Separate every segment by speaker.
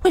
Speaker 1: 惠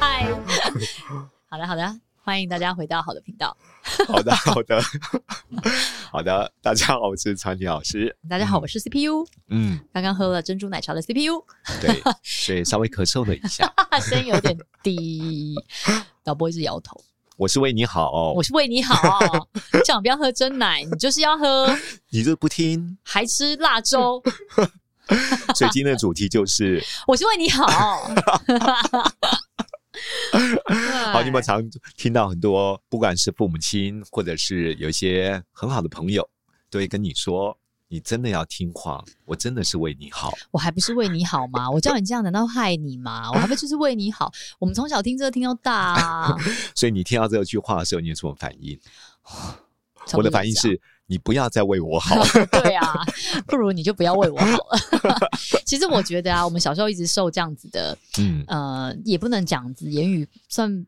Speaker 2: 嗨， 好的，好的，欢迎大家回到好的频道。
Speaker 3: 好的，好 的，好的。大家好，我是传体老师。
Speaker 2: 大家好，我是 CPU，
Speaker 3: 嗯，
Speaker 2: 刚刚喝了珍珠奶茶的 CPU，
Speaker 3: 对，所以稍微咳嗽了一下。
Speaker 2: 声音有点低。 导播一直摇头。
Speaker 3: 我是为你好哦
Speaker 2: 我，是为你好，叫你不要喝真奶，你就是要喝，
Speaker 3: 你这 不听。
Speaker 2: 还吃辣粥。
Speaker 3: 所以今天的主题就是，
Speaker 2: 我是为你好。
Speaker 3: 好，你们常听到很多，不管是父母亲，或者是有一些很好的朋友，都会跟你说，你真的要听话，我真的是为你好。
Speaker 2: 我还不是为你好吗？我叫你这样，难道害你吗？我还不就是为你好？我们从小听这个听到大、啊，
Speaker 3: 所以你听到这句话的时候，你有什么反应？
Speaker 2: 差
Speaker 3: 我
Speaker 2: 不多
Speaker 3: 的反应是，你不要再为我 好。
Speaker 2: 这样， 对啊，不如你就不要为我好了。 其实我觉得啊，我们小时候一直受这样子的，
Speaker 3: 嗯，
Speaker 2: 呃，也不能讲子言语算。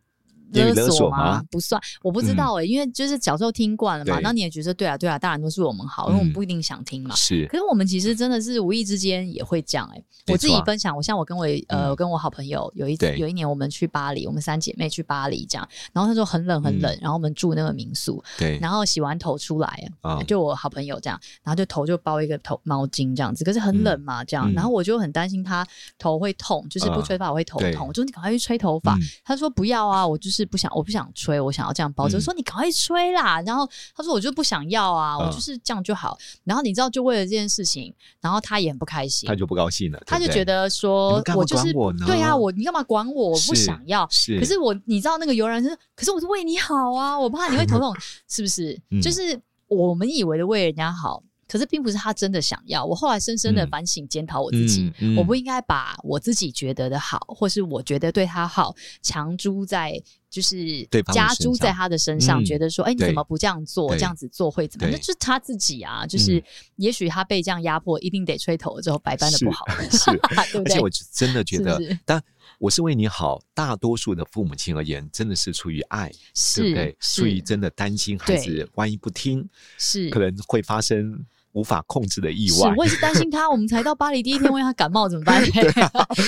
Speaker 3: 言语勒索
Speaker 2: 吗
Speaker 3: 吗？嗯
Speaker 2: 不算，我不知道哎、因为就是小时候听惯了嘛，
Speaker 3: 对
Speaker 2: 那你也觉得对啊，对啊，大人都是为我们好，因为我们
Speaker 3: 嗯
Speaker 2: 不一定想听嘛。
Speaker 3: 是，
Speaker 2: 可是我们其实真的是无意之间也会这样哎、
Speaker 3: 没错啊
Speaker 2: 我自己分享，我像我跟我呃、
Speaker 3: 嗯
Speaker 2: 我跟我好朋友有一
Speaker 3: 对
Speaker 2: 有一年我们去巴黎，我们三姐妹去巴黎这样，然后那时候很冷很
Speaker 3: 嗯
Speaker 2: 冷，然后我们住那个民宿，
Speaker 3: 对，
Speaker 2: 然后洗完头出来，
Speaker 3: 啊
Speaker 2: 就我好朋友这样，然后就头就包一个头毛巾这样子，可是很冷嘛这样，
Speaker 3: 嗯
Speaker 2: 然后我就很担心她头会痛，就是不
Speaker 3: 啊
Speaker 2: 吹发我会头
Speaker 3: 对
Speaker 2: 痛，我就说你赶快去吹头发，
Speaker 3: 嗯
Speaker 2: 他说不要啊，我就是不想，我不想吹，我想要这样包着。
Speaker 3: 嗯
Speaker 2: 我说你赶快吹啦，然后他说我就不想要啊，
Speaker 3: 嗯
Speaker 2: 我就是这样就好。然后你知道，就为了这件事情，然后他也很不开心
Speaker 3: 他，就不高兴了，
Speaker 2: 他
Speaker 3: 对
Speaker 2: 就
Speaker 3: 不对
Speaker 2: 觉得说
Speaker 3: 你们干嘛
Speaker 2: 我就是
Speaker 3: 管我呢
Speaker 2: 对啊，我你干嘛管我？我不
Speaker 3: 是
Speaker 2: 想要。
Speaker 3: 是，
Speaker 2: 可是我，你知道那个游人是，可是我是为你好啊，我怕你会头 痛，是不是？
Speaker 3: 嗯
Speaker 2: 就是我们以为的为人家好，可是并不是他真的想要。我后来深深的
Speaker 3: 嗯
Speaker 2: 反省检讨我自己，
Speaker 3: 嗯嗯
Speaker 2: 我不应该把我自己觉得的好，或是我觉得对他好，强诸在就是
Speaker 3: 对方的
Speaker 2: 加
Speaker 3: 身
Speaker 2: 诸在
Speaker 3: 上
Speaker 2: 他的身上，
Speaker 3: 嗯
Speaker 2: 觉得说，哎、你
Speaker 3: 对
Speaker 2: 怎么不这样做？
Speaker 3: 对
Speaker 2: 这样子做会怎么样？那
Speaker 3: 对
Speaker 2: 就是他自己啊，就是
Speaker 3: 嗯
Speaker 2: 也许他被这样压迫，一定得吹头之后百般的
Speaker 3: 是
Speaker 2: 不好，
Speaker 3: 是
Speaker 2: 对不
Speaker 3: 嗯而且
Speaker 2: 对？
Speaker 3: 我就真的觉
Speaker 2: 是不
Speaker 3: 得
Speaker 2: 是，
Speaker 3: 但我是为你好，大多数的父母亲而言，真的是出于爱，对不
Speaker 2: 是
Speaker 3: 对？出于
Speaker 2: 是
Speaker 3: 真的担心孩子万一不听，
Speaker 2: 是
Speaker 3: 可。能会发生无法控制的意
Speaker 2: 是
Speaker 3: 外，，
Speaker 2: 我也是担心他。我们才到巴黎第一天，万一他感冒怎么 办？
Speaker 3: 啊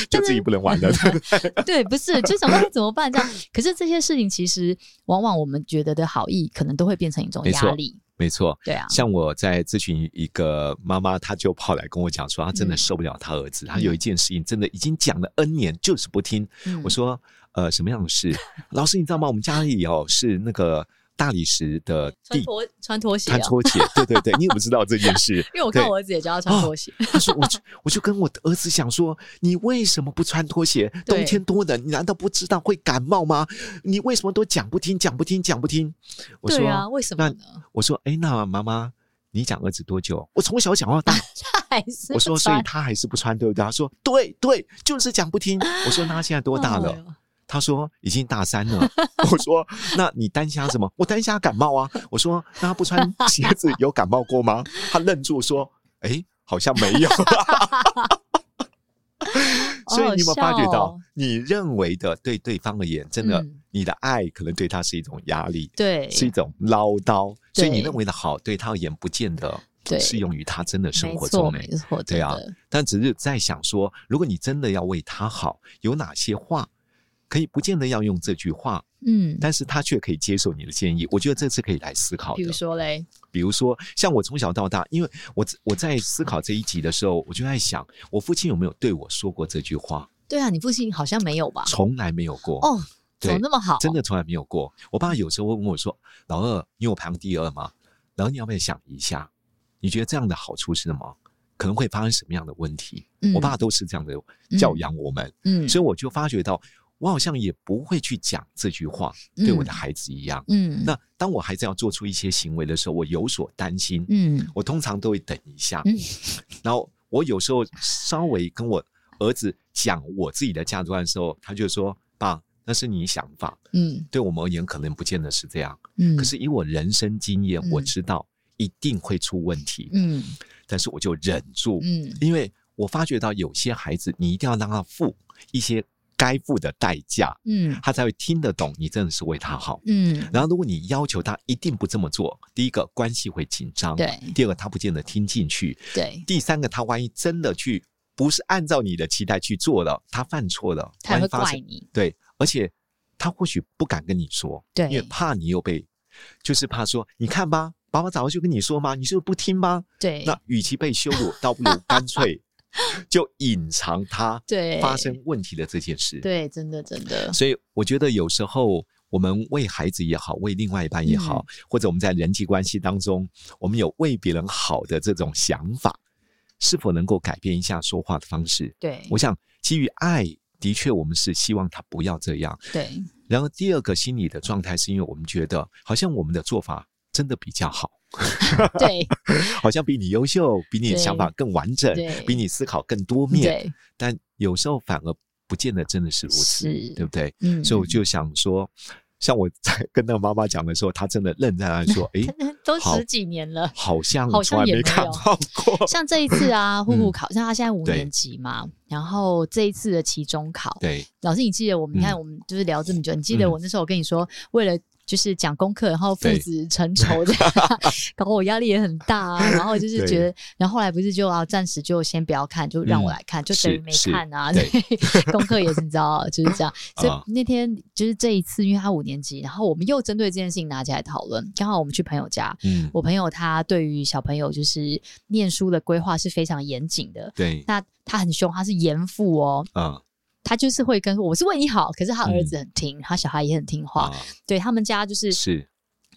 Speaker 3: 就自己不能玩了。
Speaker 2: 对，不是，就想说怎么办这样。可是这些事情其实往往我们觉得的好意，可能都会变成一种
Speaker 3: 没错
Speaker 2: 压力。
Speaker 3: 没错，
Speaker 2: 对啊，
Speaker 3: 像我在咨询一个妈妈，她就跑来跟我讲说，她真的
Speaker 2: 嗯
Speaker 3: 受不了她儿子，她有一件事情真的已经讲了 N 年，就是不听。
Speaker 2: 嗯
Speaker 3: 我说，呃，什么样的事？老师，你知道吗？我们家里哦是那个大理石的
Speaker 2: 穿
Speaker 3: 地
Speaker 2: 拖穿拖鞋、啊？
Speaker 3: 穿，拖鞋，对对对，你怎么知道这件事
Speaker 2: 因为我看
Speaker 3: 对哦
Speaker 2: 我儿子也叫他穿拖鞋。
Speaker 3: 他说：“我就我就跟我的儿子讲说，你为什么不穿拖鞋？
Speaker 2: 对
Speaker 3: 冬天多冷，你难道不知道会感冒吗？你为什么都讲不听，讲不听，讲不听？”我说：“
Speaker 2: 对啊，为什么呢？
Speaker 3: 我说，哎，那妈妈，你讲儿子多久？我从小讲 到大。
Speaker 2: 还是
Speaker 3: 我说，所以他还是不穿，对不对？他说，对对，就是讲不听。我说，那他现在多
Speaker 2: 哎
Speaker 3: 大了？
Speaker 2: 哦
Speaker 3: 他说已经大三了。 我说，那你担心他什么？我担心他感冒啊。我说，那他不穿鞋子有感冒过吗？他愣住说，哎，好像没 有。所以你有没有发
Speaker 2: 好
Speaker 3: 觉
Speaker 2: 好笑
Speaker 3: 到
Speaker 2: 哦，
Speaker 3: 你认为的对对方而言，真的
Speaker 2: 嗯，
Speaker 3: 你的爱可能对他是一种压力，
Speaker 2: 对，
Speaker 3: 是一种唠叨，所以你
Speaker 2: 对
Speaker 3: 认为的好，对他而言不见得
Speaker 2: 对
Speaker 3: 适用于他真的生
Speaker 2: 没
Speaker 3: 活
Speaker 2: 错，
Speaker 3: 中呢。
Speaker 2: 没错，
Speaker 3: 对啊
Speaker 2: 真的，
Speaker 3: 但只是在想说，如果你真的要为他好，有哪些话可以不见得要用这句话，
Speaker 2: 嗯，
Speaker 3: 但是他却可以接受你的建议。我觉得这是可以来思考的。
Speaker 2: 比如说嘞，
Speaker 3: 比如说，像我从小到大，因为我我在思考这一集的时候，我就在想，我父亲有没有对我说过这句话？
Speaker 2: 对啊，你父亲好像没有吧？
Speaker 3: 从来没有过。
Speaker 2: 啊哦，
Speaker 3: 对
Speaker 2: 怎么那么好？
Speaker 3: 真的从来没有过。我爸有时候会问我说：“老二，因为我排行第二嘛，然后你要不要想一下，你觉得这样的好处是什么？可能会发生什么样的问题？”
Speaker 2: 嗯
Speaker 3: 我爸都是这样的教养我们，
Speaker 2: 嗯
Speaker 3: 所以我就发觉到，我好像也不会去讲这句话对我的孩子一样。
Speaker 2: 嗯
Speaker 3: 那当我孩子要做出一些行为的时候，我有所担心，
Speaker 2: 嗯
Speaker 3: 我通常都会等一下，
Speaker 2: 嗯
Speaker 3: 然后我有时候稍微跟我儿子讲我自己的价值观的时候，他就说：“爸，那是你想法。”
Speaker 2: 嗯
Speaker 3: 对我们而言可能不见得是这样，
Speaker 2: 嗯，
Speaker 3: 可是以我人生经验，
Speaker 2: 嗯
Speaker 3: 我知道一定会出问题，
Speaker 2: 嗯
Speaker 3: 但是我就忍住，
Speaker 2: 嗯
Speaker 3: 因为我发觉到有些孩子，你一定要让他付一些该付的代价，
Speaker 2: 嗯
Speaker 3: 他才会听得懂你真的是为他好。
Speaker 2: 嗯，
Speaker 3: 然后，如果你要求他一定不这么做，第一个关系会紧张，
Speaker 2: 对
Speaker 3: 第二个他不见得听进去，
Speaker 2: 对，
Speaker 3: 第三个他万一真的去不是按照你的期待去做了，他犯错了，
Speaker 2: 他
Speaker 3: 万
Speaker 2: 会
Speaker 3: 一发
Speaker 2: 怪
Speaker 3: 生
Speaker 2: 你，
Speaker 3: 对，而且他或许不敢跟你说，
Speaker 2: 对
Speaker 3: 因为怕你又被，就是怕说，你看吧，爸爸早就跟你说嘛，你就是不听吗？
Speaker 2: 对
Speaker 3: 那与其被羞辱，倒不如 干脆就隐藏他
Speaker 2: 对
Speaker 3: 发生问题的这件事。，
Speaker 2: 对，真的真的，
Speaker 3: 所以我觉得有时候。我们为孩子也好，为另外一半也好，
Speaker 2: 嗯
Speaker 3: 或者我们在人际关系当中，我们有为别人好的这种想法，是否能够改变一下说话的方式？
Speaker 2: 对
Speaker 3: 我想，基于爱，的确我们是希望他不要这样。
Speaker 2: 对
Speaker 3: 然后第二个心理的状态，是因为我们觉得好像我们的做法真的比较好，
Speaker 2: 对
Speaker 3: 好像比你优秀，比你
Speaker 2: 对
Speaker 3: 想法更完整
Speaker 2: 对，
Speaker 3: 比你思考更多面。
Speaker 2: 对，
Speaker 3: 但有时候反而不见得真的是如此，
Speaker 2: 是
Speaker 3: 对不对？
Speaker 2: 嗯，
Speaker 3: 所以 我就想说，像我在跟那个妈妈讲的时候，她真的愣在 那里说：“诶，
Speaker 2: 都
Speaker 3: 好
Speaker 2: 十几年了。
Speaker 3: 好像
Speaker 2: 好
Speaker 3: 从
Speaker 2: 像
Speaker 3: 来
Speaker 2: 也
Speaker 3: 没
Speaker 2: 没
Speaker 3: 看
Speaker 2: 有
Speaker 3: 到过。
Speaker 2: 像这一次 啊，户
Speaker 3: 嗯
Speaker 2: 户考，像他现在五
Speaker 3: 对
Speaker 2: 年级嘛，然后这一次的期中考”，
Speaker 3: 对，
Speaker 2: 老师，你记得我们？你
Speaker 3: 嗯
Speaker 2: 看，我们就是聊这么久，你记得
Speaker 3: 嗯
Speaker 2: 我那时候我跟你说，为了就是讲功课，然后父
Speaker 3: 对
Speaker 2: 子成仇的， 搞得我压力也很大啊。然后就是觉得，然后后来不是就啊，暂时就先不要看，就让我
Speaker 3: 嗯
Speaker 2: 来看，就是等于没看啊。
Speaker 3: 是
Speaker 2: 对，功课也是你知道，就是 这样。所以
Speaker 3: 啊
Speaker 2: 那天就是这一次，因为他五年级，然后我们又针对这件事情拿起来讨论。刚好我们去朋友家，
Speaker 3: 嗯，
Speaker 2: 我朋友他对于小朋友就是念书的规划是非常严谨的。
Speaker 3: 对，
Speaker 2: 那他很凶，他是严父哦，
Speaker 3: 嗯，
Speaker 2: 他就是会跟我是为你好，可是他儿子很听，他小孩也很听话。
Speaker 3: 啊
Speaker 2: 对他们家就是
Speaker 3: 是，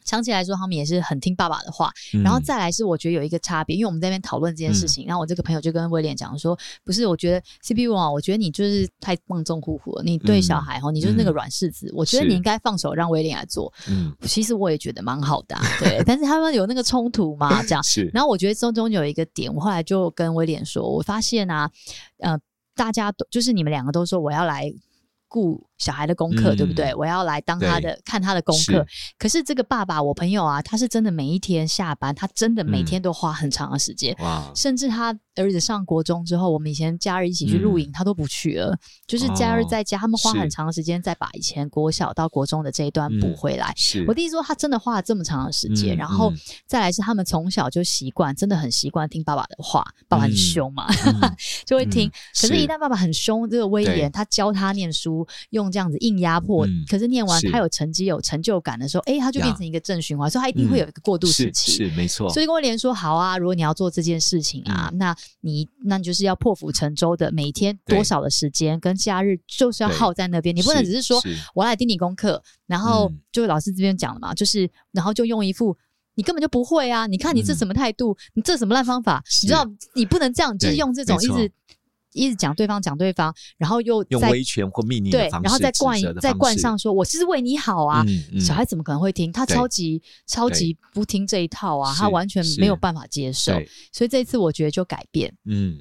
Speaker 2: 长期来说，他们也是很听爸爸的话。
Speaker 3: 嗯
Speaker 2: 然后再来是，我觉得有一个差别，因为我们在那边讨论这件事情，然后我这个朋友就跟威廉讲说，不是，我觉得 CPU 啊，我觉得你就是太放纵呼呼了，你对小孩哦，你就是那个软柿子，我觉得
Speaker 3: 嗯是
Speaker 2: 你应该放手让威廉来做。
Speaker 3: 嗯，
Speaker 2: 其实我也觉得蛮好的啊、对，但是他们有那个冲突嘛，这样。
Speaker 3: 是，
Speaker 2: 然后我觉得中中有一个点，我后来就跟威廉说，我发现啊，呃，大家都就是你们两个都说我要来顾小孩的功课，
Speaker 3: 嗯
Speaker 2: 对不对？我要来当他的看他的功课。可是这个爸爸，我朋友啊，他是真的每一天下班，他真的
Speaker 3: 嗯
Speaker 2: 每天都花很长的时间。
Speaker 3: 哇，
Speaker 2: 甚至他儿子上国中之后，我们以前假日一起去露营，他都不去了。就是假日
Speaker 3: 嗯哦
Speaker 2: 在家，他们花
Speaker 3: 是
Speaker 2: 很长的时间再把以前国小到国中的这一段补
Speaker 3: 嗯
Speaker 2: 回来。
Speaker 3: 是，
Speaker 2: 我弟说他真的花了这么长的时间，
Speaker 3: 嗯
Speaker 2: 然后
Speaker 3: 嗯
Speaker 2: 再来是他们从小就习惯，真的很习惯听爸爸的话，爸爸很凶嘛，
Speaker 3: 嗯
Speaker 2: 就会听。
Speaker 3: 嗯
Speaker 2: 可是，
Speaker 3: 是
Speaker 2: 一旦爸爸很凶，这个威
Speaker 3: 对
Speaker 2: 严，他教他念书，用这样子硬压迫，
Speaker 3: 嗯
Speaker 2: 可是念完
Speaker 3: 是
Speaker 2: 他有成绩、有成就感的时候，哎、他就变
Speaker 3: 呀嗯
Speaker 2: 成一个正循环，所以他一定会有一个过渡时期。
Speaker 3: 是是哦没错，
Speaker 2: 所以跟我连说好啊，如果你要做这件事情啊，
Speaker 3: 嗯
Speaker 2: 那你那你就是要破釜沉舟的，每天多
Speaker 3: 对
Speaker 2: 少的时间跟假日就是要
Speaker 3: 对
Speaker 2: 耗在那边，你不能只是说我来盯你功课，然后
Speaker 3: 嗯
Speaker 2: 就老师这边讲了嘛，就是然后就用一副你根本就不会啊，你看你这
Speaker 3: 嗯
Speaker 2: 什么态度，你这什么烂方法，你知道你不能这样，就是
Speaker 3: 对
Speaker 2: 用这种
Speaker 3: 没
Speaker 2: 一
Speaker 3: 错
Speaker 2: 直一直讲对方讲对方，然后又
Speaker 3: 用
Speaker 2: 再
Speaker 3: 威权或命令
Speaker 2: 对
Speaker 3: 的，方式，
Speaker 2: 然后再
Speaker 3: 指
Speaker 2: 灌
Speaker 3: 责的
Speaker 2: 再
Speaker 3: 方
Speaker 2: 灌
Speaker 3: 式
Speaker 2: 上说我是为你好啊，
Speaker 3: 嗯嗯
Speaker 2: 小孩怎么可能会听？他
Speaker 3: 对
Speaker 2: 超级超级不听这一套啊，
Speaker 3: 是
Speaker 2: 他完全没有
Speaker 3: 是
Speaker 2: 办法接受。
Speaker 3: 对，
Speaker 2: 所以这一次我觉得就改变，
Speaker 3: 嗯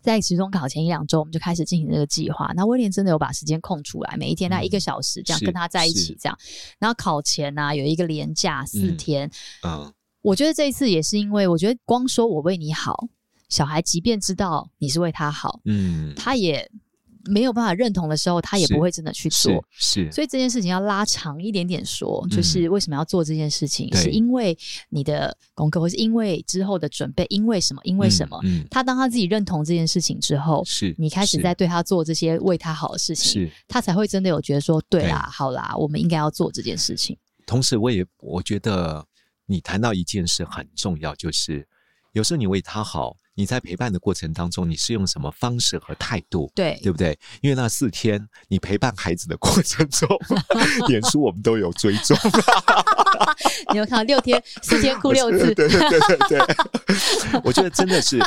Speaker 2: 在期中考前一两周，我们就开始进行这个计划。那威廉真的有把时间空出来，每一天大概一个小时这样
Speaker 3: 嗯是
Speaker 2: 跟他在一
Speaker 3: 是
Speaker 2: 起这样。然后考前呢、有一个连假四
Speaker 3: 嗯
Speaker 2: 天，
Speaker 3: 嗯，
Speaker 2: 我觉得这一次也是因为，我觉得光说我为你好，小孩即便知道你是为他好，
Speaker 3: 嗯，
Speaker 2: 他也没有办法认同的时候，他也
Speaker 3: 是
Speaker 2: 不会真的去做
Speaker 3: 是。是，
Speaker 2: 所以这件事情要拉长一点点说，
Speaker 3: 嗯
Speaker 2: 就是为什么要做这件事情，
Speaker 3: 对
Speaker 2: 是因为你的功课，或是因为之后的准备，因为什么？因为什么？
Speaker 3: 嗯，嗯
Speaker 2: 他当他自己认同这件事情之后，
Speaker 3: 是
Speaker 2: 你开始
Speaker 3: 是
Speaker 2: 在对他做这些为他好的事情，
Speaker 3: 是。
Speaker 2: 他才会真的有觉得说，对
Speaker 3: 对
Speaker 2: 啦，好啦，我们应该要做这件事情。
Speaker 3: 同时，我也我觉得你谈到一件事很重要，就是有时候你为他好，你在陪伴的过程当中，你是用什么方式和态度？
Speaker 2: 对
Speaker 3: 对不对？因为那四天你陪伴孩子的过程 中，脸书我们都有追踪，
Speaker 2: 你有看到六天四天 哭六次，
Speaker 3: 对对对对对， 我觉得真的是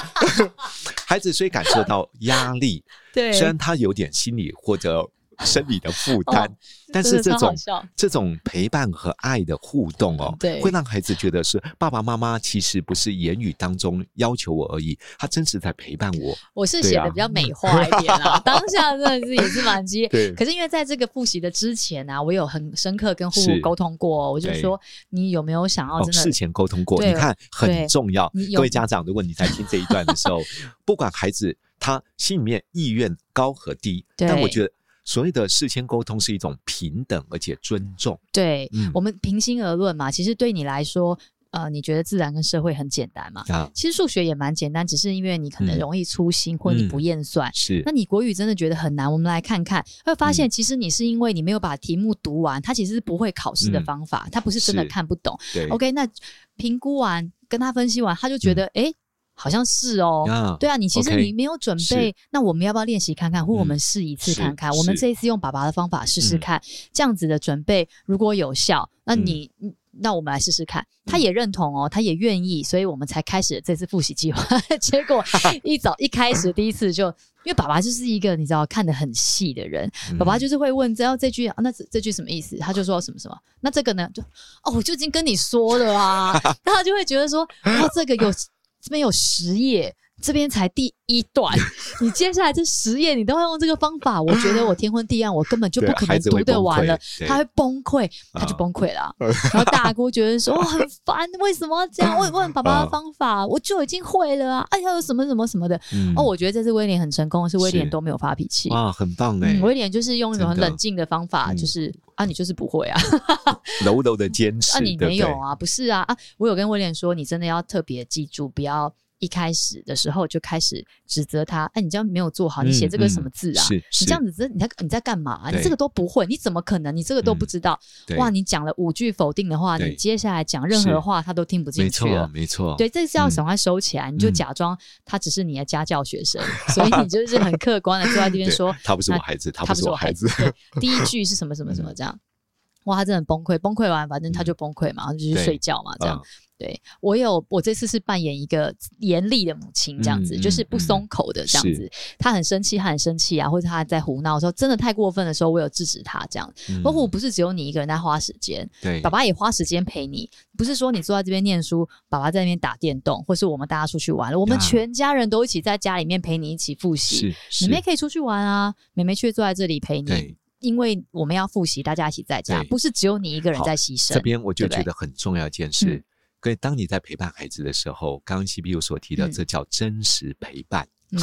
Speaker 3: 孩子虽感受到压力，
Speaker 2: 对，
Speaker 3: 虽然他有点心理或者生理的负担，但是
Speaker 2: 哦真的
Speaker 3: 这
Speaker 2: 超
Speaker 3: 种
Speaker 2: 好笑
Speaker 3: 这种陪伴和爱的互动哦，
Speaker 2: 对
Speaker 3: 会让孩子觉得是爸爸妈妈其实不是言语当中要求我而已，他真是在陪伴我。
Speaker 2: 我是
Speaker 3: 对
Speaker 2: 写
Speaker 3: 啊
Speaker 2: 的比较美化一点啦， 当下真的是也是蛮激
Speaker 3: 对
Speaker 2: 可是因为在这个复习的之前啊，我有很深刻跟户户
Speaker 3: 是
Speaker 2: 沟通过哦，我就
Speaker 3: 对
Speaker 2: 说你有没有想要
Speaker 3: 哦，
Speaker 2: 真的、
Speaker 3: 事前沟通过，
Speaker 2: 对
Speaker 3: 你看很
Speaker 2: 对
Speaker 3: 重要
Speaker 2: 你。有
Speaker 3: 各位家长，如果你在听这一段 的时候，不管孩子他心里面意愿高和低，
Speaker 2: 对
Speaker 3: 但我觉得所谓的事先沟通是一种平等而且尊重。
Speaker 2: 对、
Speaker 3: 嗯
Speaker 2: 我们平心而论嘛，其实对你来说，呃，你觉得自然跟社会很简单嘛？
Speaker 3: 啊，
Speaker 2: 其实数学也蛮简单，只是因为你可能
Speaker 3: 嗯
Speaker 2: 容易粗心、或者你
Speaker 3: 嗯
Speaker 2: 不厌算。
Speaker 3: 是
Speaker 2: 那你国语真的觉得很难？我们来看看，会发
Speaker 3: 嗯
Speaker 2: 现其实你是因为你没有把题目读完，它其实是不会考试的
Speaker 3: 嗯
Speaker 2: 方法，它不是真的
Speaker 3: 是
Speaker 2: 看不懂。
Speaker 3: 对
Speaker 2: OK，那评估完跟他分析完，他就觉得
Speaker 3: 嗯
Speaker 2: 诶，好像是哦。
Speaker 3: 啊
Speaker 2: 对啊，你其实
Speaker 3: OK，
Speaker 2: 你没有准备
Speaker 3: 是，
Speaker 2: 那我们要不要练习看看，或
Speaker 3: 嗯
Speaker 2: 我们试一次
Speaker 3: 是
Speaker 2: 看看？我们
Speaker 3: 是
Speaker 2: 这一次用爸爸的方法试试
Speaker 3: 嗯
Speaker 2: 看，这样子的准备如果有效，那
Speaker 3: 嗯
Speaker 2: 你那我们来试试看。他也认同哦，他也愿意，所以我们才开始这次复习计划。 结 果一早一开始第一次就，因为爸爸就是一个你知道看得很细的人，
Speaker 3: 嗯
Speaker 2: 爸爸就是会问，只要这句、啊、那这这句什么意思，他就说什么什么。那这个呢，就哦，我就已经跟你说了 啊，那他就会觉得说，哇，这个有这边有十页，这边才第一段，你接下来这十页你都要用这个方法，我觉得我天昏地暗，我根本就不
Speaker 3: 对
Speaker 2: 可
Speaker 3: 孩
Speaker 2: 能
Speaker 3: 子
Speaker 2: 读
Speaker 3: 会
Speaker 2: 得
Speaker 3: 崩
Speaker 2: 完
Speaker 3: 溃
Speaker 2: 了，
Speaker 3: 对
Speaker 2: 他会崩溃，他就
Speaker 3: 啊
Speaker 2: 崩溃了 啊。然后大姑觉得说，哇，很烦，为什么要这样？我也问爸爸的
Speaker 3: 啊
Speaker 2: 方法，我就已经会了啊，哎呀，什么什么什么的。
Speaker 3: 嗯
Speaker 2: 哦，我觉得这次威廉很成功，是威廉
Speaker 3: 是
Speaker 2: 都没有发脾气。
Speaker 3: 哇，很棒哎
Speaker 2: 嗯，，威廉就是用一种很
Speaker 3: 真的
Speaker 2: 冷静的方法，
Speaker 3: 嗯
Speaker 2: 就是啊，你就是不会啊，
Speaker 3: 柔柔的坚持，
Speaker 2: 啊，你
Speaker 3: 对不
Speaker 2: 没有
Speaker 3: 对
Speaker 2: 啊，不是啊啊！我有跟威廉说，你真的要特别记住，不要一开始的时候就开始指责他。哎、你这样没有做好，你写这个什么字啊？
Speaker 3: 嗯是
Speaker 2: 你
Speaker 3: 是
Speaker 2: 这样子，你在你在干嘛、啊你
Speaker 3: 对嗯
Speaker 2: 这个都不会，你怎么可能？你这个都不知道？
Speaker 3: 对
Speaker 2: 哇！你讲了五句否定的话，
Speaker 3: 对
Speaker 2: 你接下来讲任何
Speaker 3: 是
Speaker 2: 话他都听不进
Speaker 3: 没
Speaker 2: 去
Speaker 3: 错
Speaker 2: 了。
Speaker 3: 没错，
Speaker 2: 对，这是要
Speaker 3: 嗯
Speaker 2: 赶快收起来，你就
Speaker 3: 嗯
Speaker 2: 假装他只是你的家教学生，所以你就是很客观的坐在这边
Speaker 3: 对
Speaker 2: 说，
Speaker 3: 他不是我
Speaker 2: 那
Speaker 3: 孩子，他
Speaker 2: 他不
Speaker 3: 不是
Speaker 2: 是
Speaker 3: 我
Speaker 2: 我
Speaker 3: 孩
Speaker 2: 孩
Speaker 3: 子 嗯
Speaker 2: 子，，对，第一句是什么什么什么这样。哇，他真的很崩溃，崩溃完，反正他就崩溃嘛，然后就去
Speaker 3: 对
Speaker 2: 睡觉嘛，这样
Speaker 3: 嗯。
Speaker 2: 对我有，我这次是扮演一个严厉的母亲，这样子，
Speaker 3: 嗯嗯
Speaker 2: 就是不松口的这样子。他很生气，他很生气啊，或者他在胡闹的时候，真的太过分的时候，我有制止他这样。
Speaker 3: 嗯
Speaker 2: 包括不是只有你一个人在花时间，
Speaker 3: 对
Speaker 2: 爸爸也花时间陪你，不是说你坐在这边念书，爸爸在那边打电动，或是我们大家出去玩了，我们
Speaker 3: 啊
Speaker 2: 全家人都一起在家里面陪你一起复习。
Speaker 3: 是是
Speaker 2: 妹妹可以出去玩啊，妹妹却坐在这里陪你
Speaker 3: 对，
Speaker 2: 因为我们要复习，大家一起在家，
Speaker 3: 对
Speaker 2: 不是只有你一个人
Speaker 3: 好
Speaker 2: 在牺牲。
Speaker 3: 这边我就
Speaker 2: 对不
Speaker 3: 觉
Speaker 2: 对
Speaker 3: 得很重要一件事
Speaker 2: 嗯。
Speaker 3: 跟当你在陪伴孩子的时候，刚刚 CPU 所提的，
Speaker 2: 嗯
Speaker 3: 这叫真实陪伴。
Speaker 2: 嗯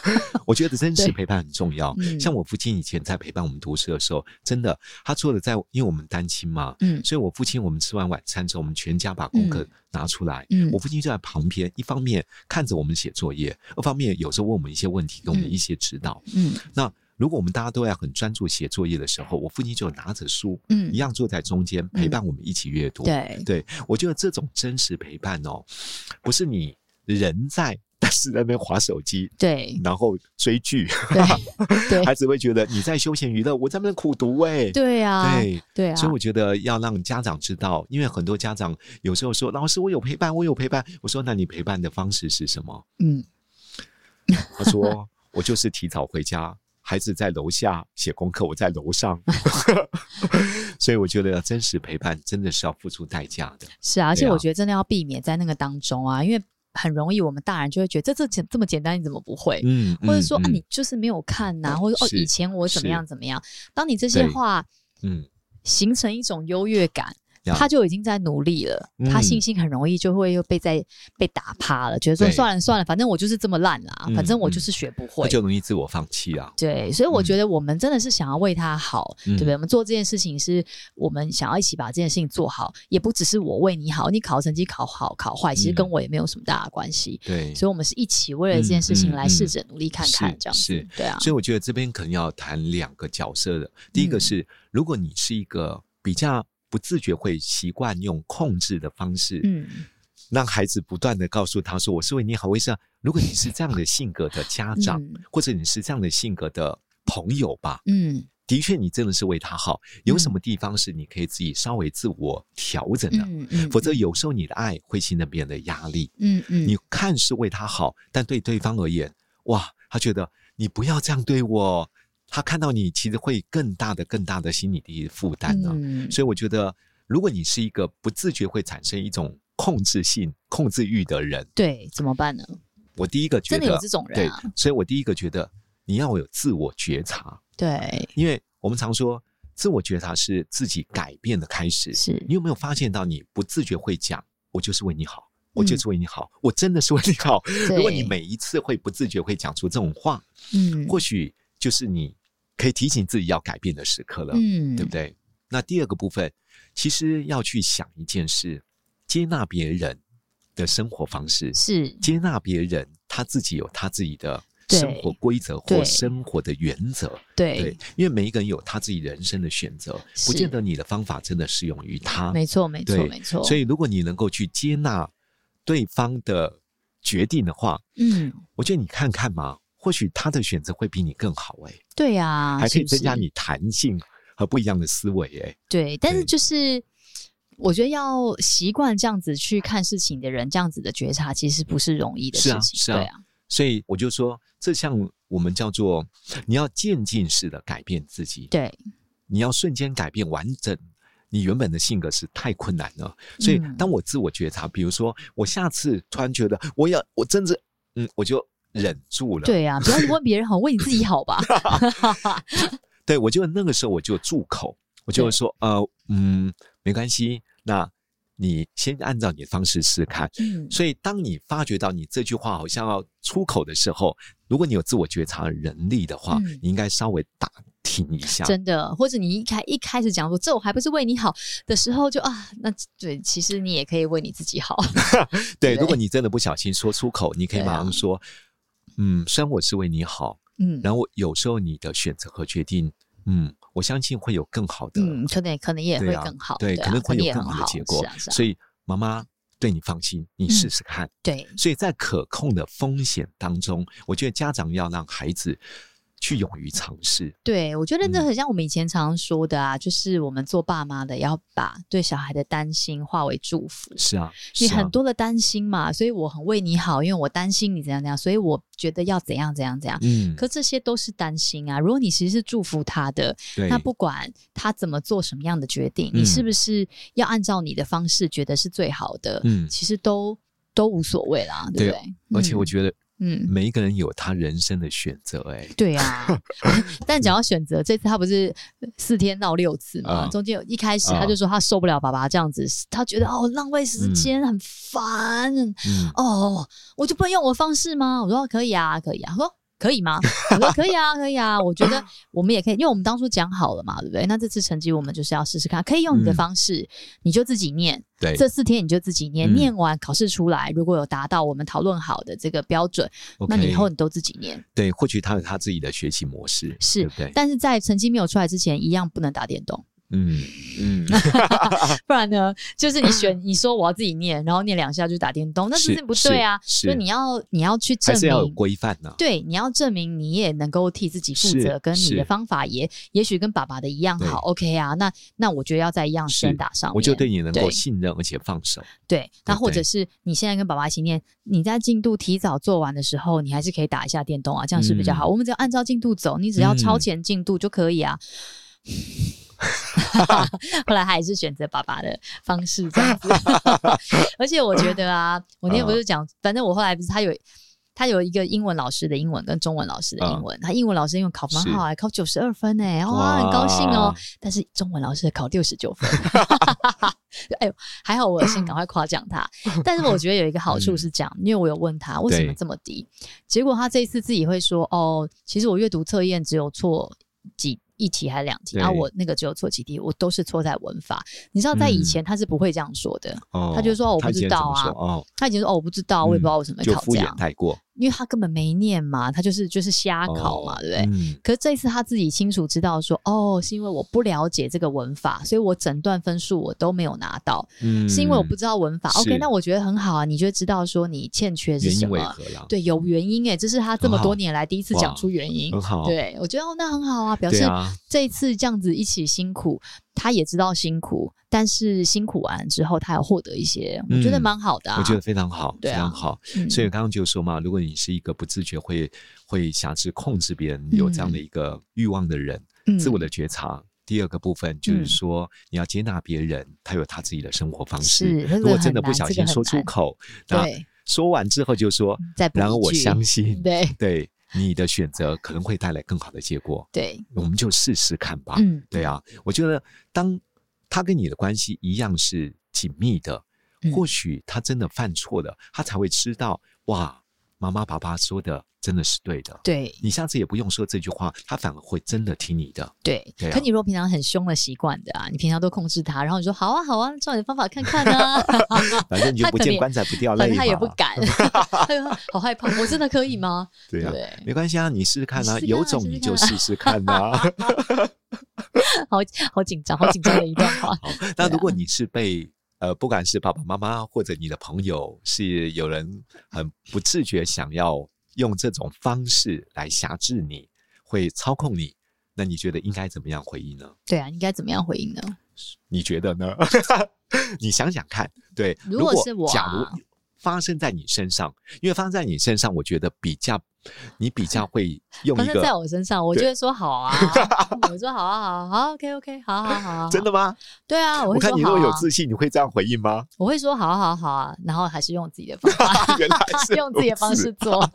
Speaker 3: 我觉得真实
Speaker 2: 对
Speaker 3: 陪伴很重要。
Speaker 2: 嗯
Speaker 3: 像我父亲以前在陪伴我们读书的时候，真的，他做的在，因为我们单亲嘛，
Speaker 2: 嗯
Speaker 3: 所以我父亲我们吃完晚餐之后，我们全家把功课拿出来，
Speaker 2: 嗯
Speaker 3: 我父亲就在旁边，一方面看着我们写作业，二方面有时候问我们一些问题，给我们
Speaker 2: 嗯
Speaker 3: 一些指导。
Speaker 2: 嗯
Speaker 3: 那如果我们大家都要很专注写作业的时候，我父亲就拿着书，
Speaker 2: 嗯
Speaker 3: 一样坐在中间陪伴我们一起阅读。
Speaker 2: 对
Speaker 3: 对，我觉得这种真实陪伴哦，不是你人在，但是在那边划手机，
Speaker 2: 对
Speaker 3: 然后追剧，
Speaker 2: 嗯 对
Speaker 3: 孩子会觉得你在休闲娱乐，我在那边苦读哎、
Speaker 2: 对啊，
Speaker 3: 对
Speaker 2: 对啊，
Speaker 3: 所以我觉得要让家长知道，因为很多家长有时候说：“老师，我有陪伴，我有陪伴。”我说：“那你陪伴的方式是什么
Speaker 2: 嗯，？”
Speaker 3: 他 说：“我就是提早回家，孩子在楼下写功课，我在楼 上。” 所以我觉得真实陪伴真的是要付出代价的。
Speaker 2: 是啊，而且
Speaker 3: 对啊
Speaker 2: 我觉得真的要避免在那个当中啊，因为很容易我们大人就会觉得这这简这么简单，你怎么不会？
Speaker 3: 嗯，
Speaker 2: 或者说、啊，
Speaker 3: 嗯
Speaker 2: 你就是没有看呐、或者说哦，
Speaker 3: 是
Speaker 2: 以前我怎么
Speaker 3: 是
Speaker 2: 样怎么样。当你这些
Speaker 3: 对
Speaker 2: 话
Speaker 3: 嗯，
Speaker 2: 形成一种优越感，
Speaker 3: 呀
Speaker 2: 他就已经在努力了，
Speaker 3: 嗯
Speaker 2: 他信心很容易就会又被在被打趴了，觉得说
Speaker 3: 对
Speaker 2: 算了算了，反正我就是这么烂啦，
Speaker 3: 嗯
Speaker 2: 反正我就是学不
Speaker 3: 那
Speaker 2: 会。
Speaker 3: 就容易自我放弃啊。
Speaker 2: 对，所以我
Speaker 3: 嗯
Speaker 2: 觉得我们真的是想要为他好，
Speaker 3: 嗯
Speaker 2: 对不对？我们做这件事情是我们想要一起把这件事情做好，也不只是我为你好，你考成绩考好考坏，其实
Speaker 3: 嗯
Speaker 2: 跟我也没有什么大的关系。
Speaker 3: 对，
Speaker 2: 所以，我们是一起为了这件事情
Speaker 3: 嗯
Speaker 2: 来
Speaker 3: 嗯
Speaker 2: 试着努力看看
Speaker 3: 是，
Speaker 2: 这样子
Speaker 3: 是，
Speaker 2: 对啊，
Speaker 3: 所以我觉得这边可能要谈两个角色的。第
Speaker 2: 嗯
Speaker 3: 一个是，如果你是一个比较不自觉会习惯用控制的方式，
Speaker 2: 嗯，
Speaker 3: 让孩子不断的告诉他说：“我是为你好。”为啥？如果你是这样的性格的家长，
Speaker 2: 嗯
Speaker 3: 或者你是这样的性格的朋友吧，
Speaker 2: 嗯
Speaker 3: 的确，你真的是为他好。有什么地方是你可以自己稍微自我调整的？啊
Speaker 2: 嗯嗯，
Speaker 3: 否则，有时候你的爱会形成别人的压力。
Speaker 2: 嗯嗯，
Speaker 3: 你看似为他好，但对对方而言，哇，他觉得你不要这样对我。他看到你，其实会更大的、更大的心理的负担呢、
Speaker 2: 嗯
Speaker 3: 所以我觉得，如果你是一个不自觉会产生一种控制性、控制欲的人，
Speaker 2: 对，怎么办呢？
Speaker 3: 我第一个觉
Speaker 2: 真
Speaker 3: 得
Speaker 2: 的有这种人啊
Speaker 3: 对，所以我第一个觉得你要有自我觉察，
Speaker 2: 对，
Speaker 3: 因为我们常说自我觉察是自己改变的开始。
Speaker 2: 是
Speaker 3: 你有没有发现到你不自觉会讲“我就是为你好”。我
Speaker 2: 嗯
Speaker 3: 就是为你好，我真的是为你好。如果你
Speaker 2: 对
Speaker 3: 每一次会不自觉会讲出这种话，
Speaker 2: 嗯
Speaker 3: 或许就是你可以提醒自己要改变的时刻了。
Speaker 2: 嗯，
Speaker 3: 对不对？那第二个部分，其实要去想一件事：接纳别人的生活方式，
Speaker 2: 是，
Speaker 3: 接纳别人他自己有他自己的
Speaker 2: 对
Speaker 3: 生活规则或
Speaker 2: 对
Speaker 3: 生活的原则。
Speaker 2: 对，
Speaker 3: 因为每一个人有他自己人生的选择，不
Speaker 2: 是
Speaker 3: 见得你的方法真的适用于他。
Speaker 2: 没错，没错，
Speaker 3: 对
Speaker 2: 没错。
Speaker 3: 所以，如果你能够去接纳对方的决定的话，
Speaker 2: 嗯，
Speaker 3: 我觉得你看看嘛，或许他的选择会比你更好哎、
Speaker 2: 对呀，
Speaker 3: 还可
Speaker 2: 是啊
Speaker 3: 以
Speaker 2: 不是
Speaker 3: 增加你弹性和不一样的思维哎、
Speaker 2: 对，但是
Speaker 3: 对
Speaker 2: 就是我觉得要习惯这样子去看事情的人，这样子的觉察其实不是容易的
Speaker 3: 是
Speaker 2: 事
Speaker 3: 啊
Speaker 2: 情，
Speaker 3: 是啊
Speaker 2: 对啊，
Speaker 3: 所以我就说，这项我们叫做你要渐进式的改变自己，
Speaker 2: 对，
Speaker 3: 你要瞬间改变完整你原本的性格是太困难了。所以
Speaker 2: 嗯
Speaker 3: 当我自我觉察，比如说我下次突然觉得我要我真是嗯，我就忍住了，
Speaker 2: 对啊，不要问别人好，问你自己好 吧。
Speaker 3: 对我就那个时候我就住口，我就会说呃嗯，没关系，那你先按照你的方式试试看。
Speaker 2: 嗯，
Speaker 3: 所以，当你发觉到你这句话好像要出口的时候，如果你有自我觉察能力的话，
Speaker 2: 嗯
Speaker 3: 你应该稍微打听一下。
Speaker 2: 真的，或者你一开一开始讲说这我还不是为你好的时候就，啊，那对，其实你也可以为你自己好。对
Speaker 3: 对，如果你真的不小心说出口，你可以马上说：“嗯，虽然我是为你好，
Speaker 2: 嗯，
Speaker 3: 然后有时候你的选择和决定，嗯，我相信会有更好的，
Speaker 2: 嗯，可能可能也会
Speaker 3: 对啊
Speaker 2: 更好，
Speaker 3: 对，
Speaker 2: 啊
Speaker 3: 可能会有
Speaker 2: 也
Speaker 3: 更
Speaker 2: 很
Speaker 3: 好的结果。
Speaker 2: 是啊，是嗯啊
Speaker 3: 所以，妈妈对你放心，你试试看。
Speaker 2: 对，
Speaker 3: 所以在可控的风险当中，我觉得家长要让孩子去勇于尝试。
Speaker 2: 对，我觉得这
Speaker 3: 嗯
Speaker 2: 很像我们以前常常说的啊，就是我们做爸妈的也要把对小孩的担心化为祝福。
Speaker 3: 是啊，
Speaker 2: 你
Speaker 3: 是啊
Speaker 2: 很多的担心嘛，所以我很为你好，因为我担心你怎样怎样，所以我觉得要怎样怎样怎样。
Speaker 3: 嗯，
Speaker 2: 可这些都是担心啊！如果你其实是祝福他的，
Speaker 3: 对，
Speaker 2: 那不管他怎么做什么样的决定，
Speaker 3: 嗯
Speaker 2: 你是不是要按照你的方式，觉得是最好的？
Speaker 3: 嗯
Speaker 2: 其实都都无所谓啦，对不
Speaker 3: 对
Speaker 2: 对？
Speaker 3: 而且我
Speaker 2: 嗯
Speaker 3: 觉得
Speaker 2: 嗯
Speaker 3: 每一个人有他人生的选择、哎，
Speaker 2: 对 啊，但讲到选择，这次他不是四天闹六次嘛？
Speaker 3: 啊
Speaker 2: 中间有一开始
Speaker 3: 啊
Speaker 2: 他就说他受不了爸爸这样子，他觉得哦浪费时间，很烦。
Speaker 3: 嗯，
Speaker 2: 哦，我就不能用我的方式吗？我说可以啊，可以啊。他说可以吗？我说可以啊，可以啊。我觉得我们也可以，因为我们当初讲好了嘛，对不对？那这次成绩我们就是要试试看，可以用你的
Speaker 3: 嗯
Speaker 2: 方式，你就自己念。
Speaker 3: 对，
Speaker 2: 这四天你就自己念，
Speaker 3: 嗯
Speaker 2: 念完考试出来，如果有达到我们讨论好的这个标准，那你以后
Speaker 3: OK
Speaker 2: 你都自己念。
Speaker 3: 对，或许他有他自己的学习模式，
Speaker 2: 是
Speaker 3: 对不对？
Speaker 2: 但是在成绩没有出来之前，一样不能打电 动，
Speaker 3: 嗯嗯，
Speaker 2: 不然呢，就是你 选你说我要自己念，然后念两下就打电动，那
Speaker 3: 是
Speaker 2: 是不对啊。
Speaker 3: 是
Speaker 2: 所以
Speaker 3: 是
Speaker 2: 你要你要去证
Speaker 3: 还是要有
Speaker 2: 明。
Speaker 3: 规范呢、
Speaker 2: 对，你要证明你也能够替自己负
Speaker 3: 是
Speaker 2: 责，跟你
Speaker 3: 是
Speaker 2: 的方法也也许跟爸爸的一样好，OK 啊？那那我觉得要在一样
Speaker 3: 是
Speaker 2: 先打上面，
Speaker 3: 我就对你能够
Speaker 2: 对
Speaker 3: 信任而且放手，
Speaker 2: 对，那
Speaker 3: 对
Speaker 2: 或者
Speaker 3: 对
Speaker 2: 是你现在跟爸爸一起念，你在进度提早做完的时候，你还是可以打一下电动啊，这样是比较好。
Speaker 3: 嗯
Speaker 2: 我们只要按照进度走，你只要超
Speaker 3: 嗯
Speaker 2: 前进度就可以啊。 后来他还是选择爸爸的方式这样子， 而且我觉得啊，我那天不
Speaker 3: 嗯
Speaker 2: 是讲，反正我后来不是他有他有一个英文老师的英文跟中文老师的
Speaker 3: 嗯
Speaker 2: 英文，他英文老师英文考蛮好、还考九十二分呢、哇，很高兴哦
Speaker 3: 哇。
Speaker 2: 但是中文老师考六十九 分，哎呦，还好我先赶快夸奖 他。但是我觉得有一个好处是这样，因为我有问他为什么
Speaker 3: 嗯对
Speaker 2: 这么低，结果他这一次自己会说，哦，其实我阅读测验只有错几。一题还两题，
Speaker 3: 对
Speaker 2: 然后我那个只有错几题，我都是错在文法。你知道，
Speaker 3: 嗯
Speaker 2: 在以前他是不会这样说的，
Speaker 3: 哦，
Speaker 2: 他就说我
Speaker 3: 他
Speaker 2: 不知
Speaker 3: 以前怎么
Speaker 2: 道啊
Speaker 3: 说哦，
Speaker 2: 他以前说哦我不知道，我也不知道为什么
Speaker 3: 嗯就
Speaker 2: 会考
Speaker 3: 敷
Speaker 2: 这
Speaker 3: 衍
Speaker 2: 样。
Speaker 3: 带过，哦
Speaker 2: 因为他根本没念嘛，他就是就是瞎考嘛，对不对？
Speaker 3: 嗯
Speaker 2: 可是这一次他自己清楚知道说，哦，是因为我不了解这个文法，所以我整段分数我都没有拿到，
Speaker 3: 嗯
Speaker 2: 是因为我不知道文法。
Speaker 3: 是
Speaker 2: OK，那我觉得很好啊，你就会知道说你欠缺是
Speaker 3: 原
Speaker 2: 什
Speaker 3: 因为哦
Speaker 2: 么。
Speaker 3: 何啦？
Speaker 2: 对，有原因诶、欸这是他这么
Speaker 3: 很好
Speaker 2: 多年来第一次讲出原因
Speaker 3: 很。好，
Speaker 2: 对，我觉得哦，那很好啊，表
Speaker 3: 对
Speaker 2: 示
Speaker 3: 啊，
Speaker 2: 这一次这样子一起辛苦，他也知道辛苦，但是辛苦完之后，他有获得一些，我觉得
Speaker 3: 嗯
Speaker 2: 蛮好的、啊
Speaker 3: 我觉得非常好，
Speaker 2: 对啊
Speaker 3: 非常好。
Speaker 2: 嗯
Speaker 3: 所以刚刚就说嘛，如果你是一个不自觉会会想去控制别人有这样的一个欲望的人，
Speaker 2: 嗯
Speaker 3: 自我的觉察。第二个部分就是
Speaker 2: 嗯
Speaker 3: 说，你要接纳别人，他有他自己的生活方
Speaker 2: 是这
Speaker 3: 式。
Speaker 2: 个
Speaker 3: 如果真
Speaker 2: 很
Speaker 3: 的不
Speaker 2: 难
Speaker 3: 小
Speaker 2: 这个
Speaker 3: 心
Speaker 2: 很
Speaker 3: 说出
Speaker 2: 难
Speaker 3: 口，那
Speaker 2: 对
Speaker 3: 说完之后就说
Speaker 2: 再，补
Speaker 3: 啊然
Speaker 2: 一
Speaker 3: 后我
Speaker 2: 句
Speaker 3: 相信，
Speaker 2: 对
Speaker 3: 对你的选择可能会带来更好的结果，
Speaker 2: 对，
Speaker 3: 我们就试试看吧。
Speaker 2: 嗯，
Speaker 3: 对啊，我觉得当他跟你的关系一样是紧密的，
Speaker 2: 嗯
Speaker 3: 或许他真的犯错了，他才会知道哇，妈妈爸爸说的真的是对的。
Speaker 2: 对
Speaker 3: 你下次也不用说这句话，他反而会真的听你的。
Speaker 2: 对
Speaker 3: 对啊
Speaker 2: 可你如果平常很凶的习惯的啊，你平常都控制他，然后你说好啊好啊，照你的方法看看 啊，
Speaker 3: 反正你 就
Speaker 2: 他
Speaker 3: 不
Speaker 2: 可能
Speaker 3: 见
Speaker 2: 也
Speaker 3: 棺材不掉
Speaker 2: 反
Speaker 3: 泪
Speaker 2: 正
Speaker 3: 嘛。
Speaker 2: 他也 不敢，他就说好害怕，我真的可以吗？
Speaker 3: 对啊，
Speaker 2: 对
Speaker 3: 没关系啊，你试试看啊，
Speaker 2: 你试试看啊
Speaker 3: 有种你就试试看啊。
Speaker 2: 好好紧张，好紧张的一段话。
Speaker 3: 好，那如果你是被呃，不管是爸爸妈妈或者你的朋友，是有人很不自觉想要用这种方式来辖制你，会操控你，那你觉得应该怎么样回应呢？
Speaker 2: 对啊，应该怎么样回应呢？
Speaker 3: 你觉得呢？ 你想想看，对，
Speaker 2: 如
Speaker 3: 如
Speaker 2: 果是我
Speaker 3: 假
Speaker 2: 啊
Speaker 3: 如发生在你身上，因为发生在你身上，我觉得比较，你比较会用
Speaker 2: 发
Speaker 3: 一
Speaker 2: 生在
Speaker 3: 个。
Speaker 2: 我身上，我就会说好 啊，我说好啊好啊好，OK OK，好啊好啊好啊，
Speaker 3: 真的吗？
Speaker 2: 对啊，我
Speaker 3: 我
Speaker 2: 会说
Speaker 3: 看你如
Speaker 2: 好
Speaker 3: 果有
Speaker 2: 啊，
Speaker 3: 自信，你会这样回 应吗？，
Speaker 2: 我会说好啊好啊好啊，然后还是用自己的方法
Speaker 3: 原来是
Speaker 2: 用自己的方
Speaker 3: 如
Speaker 2: 式做。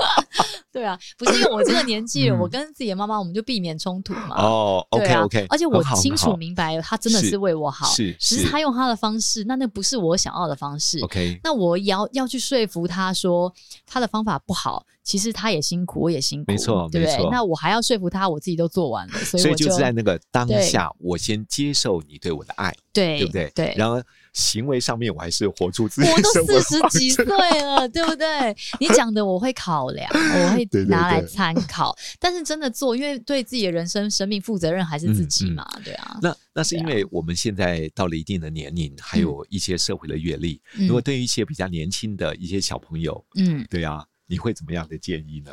Speaker 2: 对啊，不是因为我这个年纪了，
Speaker 3: 嗯
Speaker 2: 我跟自己的妈妈，我们就避免冲突嘛。
Speaker 3: 哦
Speaker 2: 对
Speaker 3: ，OK
Speaker 2: 啊
Speaker 3: OK，
Speaker 2: 而且我
Speaker 3: 很好很
Speaker 2: 清楚
Speaker 3: 好
Speaker 2: 明白，她真的
Speaker 3: 是
Speaker 2: 是为我好，
Speaker 3: 是
Speaker 2: 只
Speaker 3: 是
Speaker 2: 是她用她的方式，那那不是我想要的方式。
Speaker 3: OK，
Speaker 2: 那我也要要去说服她说她的方法不好，其实她也辛苦，我也辛苦，
Speaker 3: 没错
Speaker 2: 对不
Speaker 3: 没
Speaker 2: 对
Speaker 3: 错？
Speaker 2: 那我还要说服她，我自己都做完了，所以
Speaker 3: 所以
Speaker 2: 我
Speaker 3: 就是在那个当
Speaker 2: 对
Speaker 3: 下，我先接受你对我的爱，
Speaker 2: 对
Speaker 3: 对不对？
Speaker 2: 对，
Speaker 3: 然后行为上面，我还是活出自己
Speaker 2: 我
Speaker 3: 的生活
Speaker 2: 都四十
Speaker 3: 方
Speaker 2: 几
Speaker 3: 式
Speaker 2: 岁了，对不对？你讲的我会考量，我会
Speaker 3: 对对
Speaker 2: 拿来
Speaker 3: 对
Speaker 2: 参考，但是真的做，因为对自己的人生生命负责任还是
Speaker 3: 嗯
Speaker 2: 自己嘛，对啊。
Speaker 3: 那那是因
Speaker 2: 对啊
Speaker 3: 为我们现在到了一定的年龄，还有一些社会的阅历。
Speaker 2: 嗯
Speaker 3: 如果对于一些比较年轻的一些小朋友，
Speaker 2: 嗯
Speaker 3: 对啊，你会怎么样的建议呢？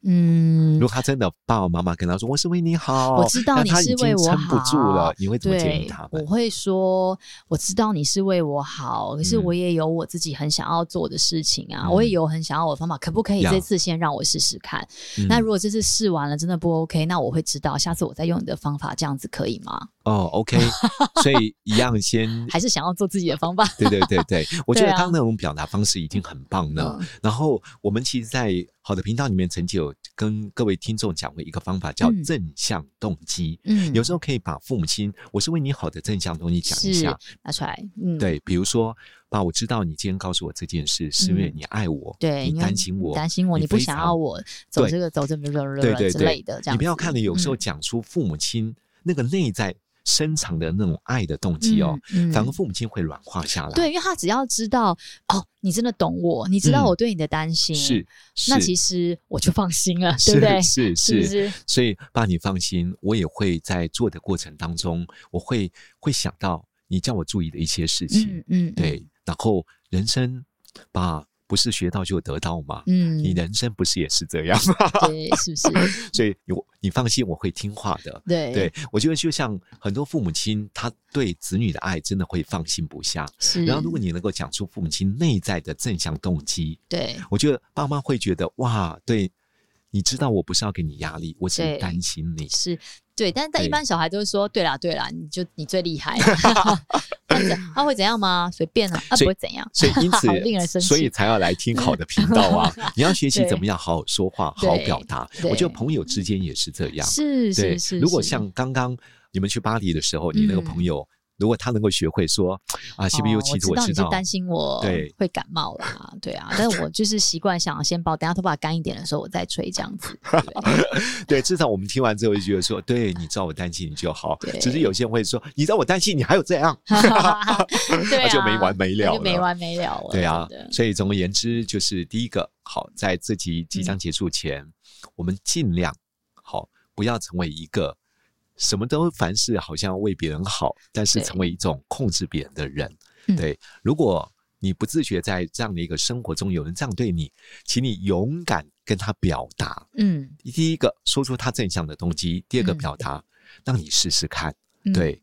Speaker 3: 如
Speaker 2: 嗯
Speaker 3: 果，他真的爸爸妈妈跟他说我是为你好，
Speaker 2: 我知道
Speaker 3: 但
Speaker 2: 你
Speaker 3: 他
Speaker 2: 是
Speaker 3: 已
Speaker 2: 为
Speaker 3: 经
Speaker 2: 我
Speaker 3: 撑不住了
Speaker 2: 好，
Speaker 3: 你会怎么建议
Speaker 2: 对
Speaker 3: 他，
Speaker 2: 我
Speaker 3: 们？
Speaker 2: 会说，我知道你是为我好，可是
Speaker 3: 嗯
Speaker 2: 我也有我自己很想要做的事情啊，
Speaker 3: 嗯
Speaker 2: 我也有很想要我的方法，可不可以
Speaker 3: 呀
Speaker 2: 这次先让我试试看？
Speaker 3: 嗯
Speaker 2: 那如果这次试完了真的不 OK，那我会知道，下次我再用你的方法，这样子可以吗？
Speaker 3: 哦，OK，所以一样先
Speaker 2: 还是想要做自己的方法？
Speaker 3: 对对对对，我觉得
Speaker 2: 对啊嗯
Speaker 3: 刚刚那种表达方式已经很棒了。然后我们其实，在好的频道里面，曾经有跟各位听众讲过一个方法，叫
Speaker 2: 嗯
Speaker 3: 正向动机。
Speaker 2: 嗯
Speaker 3: 有时候可以把父母亲“我是为你好”的正向动机讲一
Speaker 2: 是
Speaker 3: 下。
Speaker 2: 拿出来，嗯，
Speaker 3: 对，比如说，爸，我知道你今天告诉我这件事，是因为
Speaker 2: 嗯
Speaker 3: 你爱我，
Speaker 2: 对，
Speaker 3: 你
Speaker 2: 会
Speaker 3: 担心我，
Speaker 2: 担心我，你不
Speaker 3: 非
Speaker 2: 想
Speaker 3: 常
Speaker 2: 要我走
Speaker 3: 对
Speaker 2: 这个走这个
Speaker 3: 对对
Speaker 2: 之
Speaker 3: 对
Speaker 2: 类的，这样
Speaker 3: 你不要
Speaker 2: 子嗯
Speaker 3: 看了，有时候讲出父母亲那个内在深藏的那种爱的动机哦，，
Speaker 2: 嗯嗯
Speaker 3: 反而父母亲会软化下来。
Speaker 2: 对，因为他只要知道哦，你真的懂我，你知道
Speaker 3: 嗯
Speaker 2: 我对你的担心，
Speaker 3: 是，是，
Speaker 2: 那其实我就放心了，对
Speaker 3: 是
Speaker 2: 不对？
Speaker 3: 是
Speaker 2: 是不
Speaker 3: 是
Speaker 2: 是？
Speaker 3: 所以，爸，你放心，我也会在做的过程当中，我会会想到你叫我注意的一些事情，
Speaker 2: 嗯嗯，嗯，
Speaker 3: 对。然后，人生，爸，不是学到就得到吗？
Speaker 2: 嗯，
Speaker 3: 你人生不是也是这 样吗？
Speaker 2: 对，是不 是？
Speaker 3: 所以你，我你放心，我会听话的。
Speaker 2: 对
Speaker 3: 对，我觉得就像很多父母亲，他对子女的爱真的会放心不下。
Speaker 2: 是。
Speaker 3: 然后，如果你能够讲出父母亲内在的正向动机，
Speaker 2: 对
Speaker 3: 我觉得爸妈会觉得哇，对，你知道我不是要给你压力，我只
Speaker 2: 对
Speaker 3: 是担心你。
Speaker 2: 是。对，但是在一
Speaker 3: 对
Speaker 2: 般小孩都会说，对啦对啦，你就你最厉害 啊，但是 他会怎样吗？随便啊，啊不
Speaker 3: 所以
Speaker 2: 会怎样，
Speaker 3: 所以 因
Speaker 2: 好令人
Speaker 3: 此，
Speaker 2: 生气，
Speaker 3: 所以才要来听好的频道 啊！你要学习怎么样好好说话、
Speaker 2: 对
Speaker 3: 好表达。
Speaker 2: 对
Speaker 3: 我觉得朋友之间也是这样。
Speaker 2: 是
Speaker 3: 对
Speaker 2: 是是，
Speaker 3: 如果
Speaker 2: 是
Speaker 3: 像刚刚你们去巴黎的时候，你那个
Speaker 2: 嗯
Speaker 3: 朋友如果他能够学会说啊，CPU
Speaker 2: 哦
Speaker 3: 其实
Speaker 2: 我
Speaker 3: 知
Speaker 2: 你是
Speaker 3: 道，
Speaker 2: 担心我
Speaker 3: 对
Speaker 2: 会感冒啦，对啊，但是我就是习惯想要先包，等下头发干一点的时候我再吹这样子。对
Speaker 3: 对，至少我们听完之后就觉得说，对你知道我担心你就好。
Speaker 2: 对
Speaker 3: 只是有些人会说，你知道我担心你还有这 样，
Speaker 2: 对
Speaker 3: 那
Speaker 2: 啊，
Speaker 3: 就没完没了
Speaker 2: 那就没
Speaker 3: 了
Speaker 2: 完没了了。
Speaker 3: 对啊
Speaker 2: 真的，
Speaker 3: 所以总而言之，就是第一个，好，在这集即
Speaker 2: 嗯
Speaker 3: 将结束前，我们尽量好，不要成为一个什么都凡事好像为别人好，但是
Speaker 2: 对
Speaker 3: 成为一种控制别人的人。
Speaker 2: 嗯
Speaker 3: 对，如果你不自觉在这样的一个生活中有人这样对你，请你勇敢跟他表达。
Speaker 2: 嗯，
Speaker 3: 第一个，说出他正向的动机；第二个，
Speaker 2: 嗯
Speaker 3: 表达，让你试试看。
Speaker 2: 嗯，
Speaker 3: 对，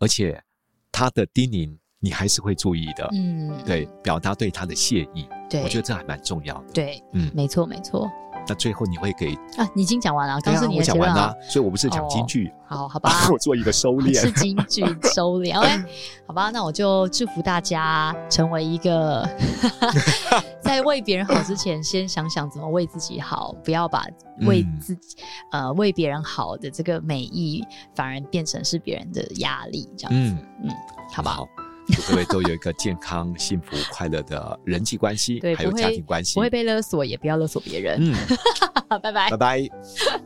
Speaker 3: 而且他的叮咛，你还是会注意的。
Speaker 2: 嗯，
Speaker 3: 对，表达对他的谢意，
Speaker 2: 对，
Speaker 3: 我觉得这还蛮重要的。，
Speaker 2: 对，
Speaker 3: 嗯
Speaker 2: 没错没错
Speaker 3: 那最后你会给，
Speaker 2: 啊，你已经讲完了，
Speaker 3: 对
Speaker 2: 刚
Speaker 3: 啊
Speaker 2: 是，你
Speaker 3: 我
Speaker 2: 的
Speaker 3: 讲
Speaker 2: 结论
Speaker 3: 完了
Speaker 2: 啊
Speaker 3: 啊，，所以我不是讲京剧，。
Speaker 2: 好好吧
Speaker 3: 我做一个收
Speaker 2: 啊是
Speaker 3: 敛。
Speaker 2: 京剧收 敛，OK，好吧，那我就祝福大家成为一个 在为别人好之前，先想想怎么为自己好，不要把为
Speaker 3: 嗯
Speaker 2: 自己、呃为别人好的这个美意，反而变成是别人的压力，这样子，
Speaker 3: 嗯，
Speaker 2: 嗯，好吧，
Speaker 3: 好，祝各位都有一个健康、 幸福、快乐的人际关系
Speaker 2: 对，，
Speaker 3: 还有
Speaker 2: 不会
Speaker 3: 家庭关系
Speaker 2: 不。会被勒索，也不要勒索别人，
Speaker 3: 嗯，
Speaker 2: 拜拜
Speaker 3: 拜。拜。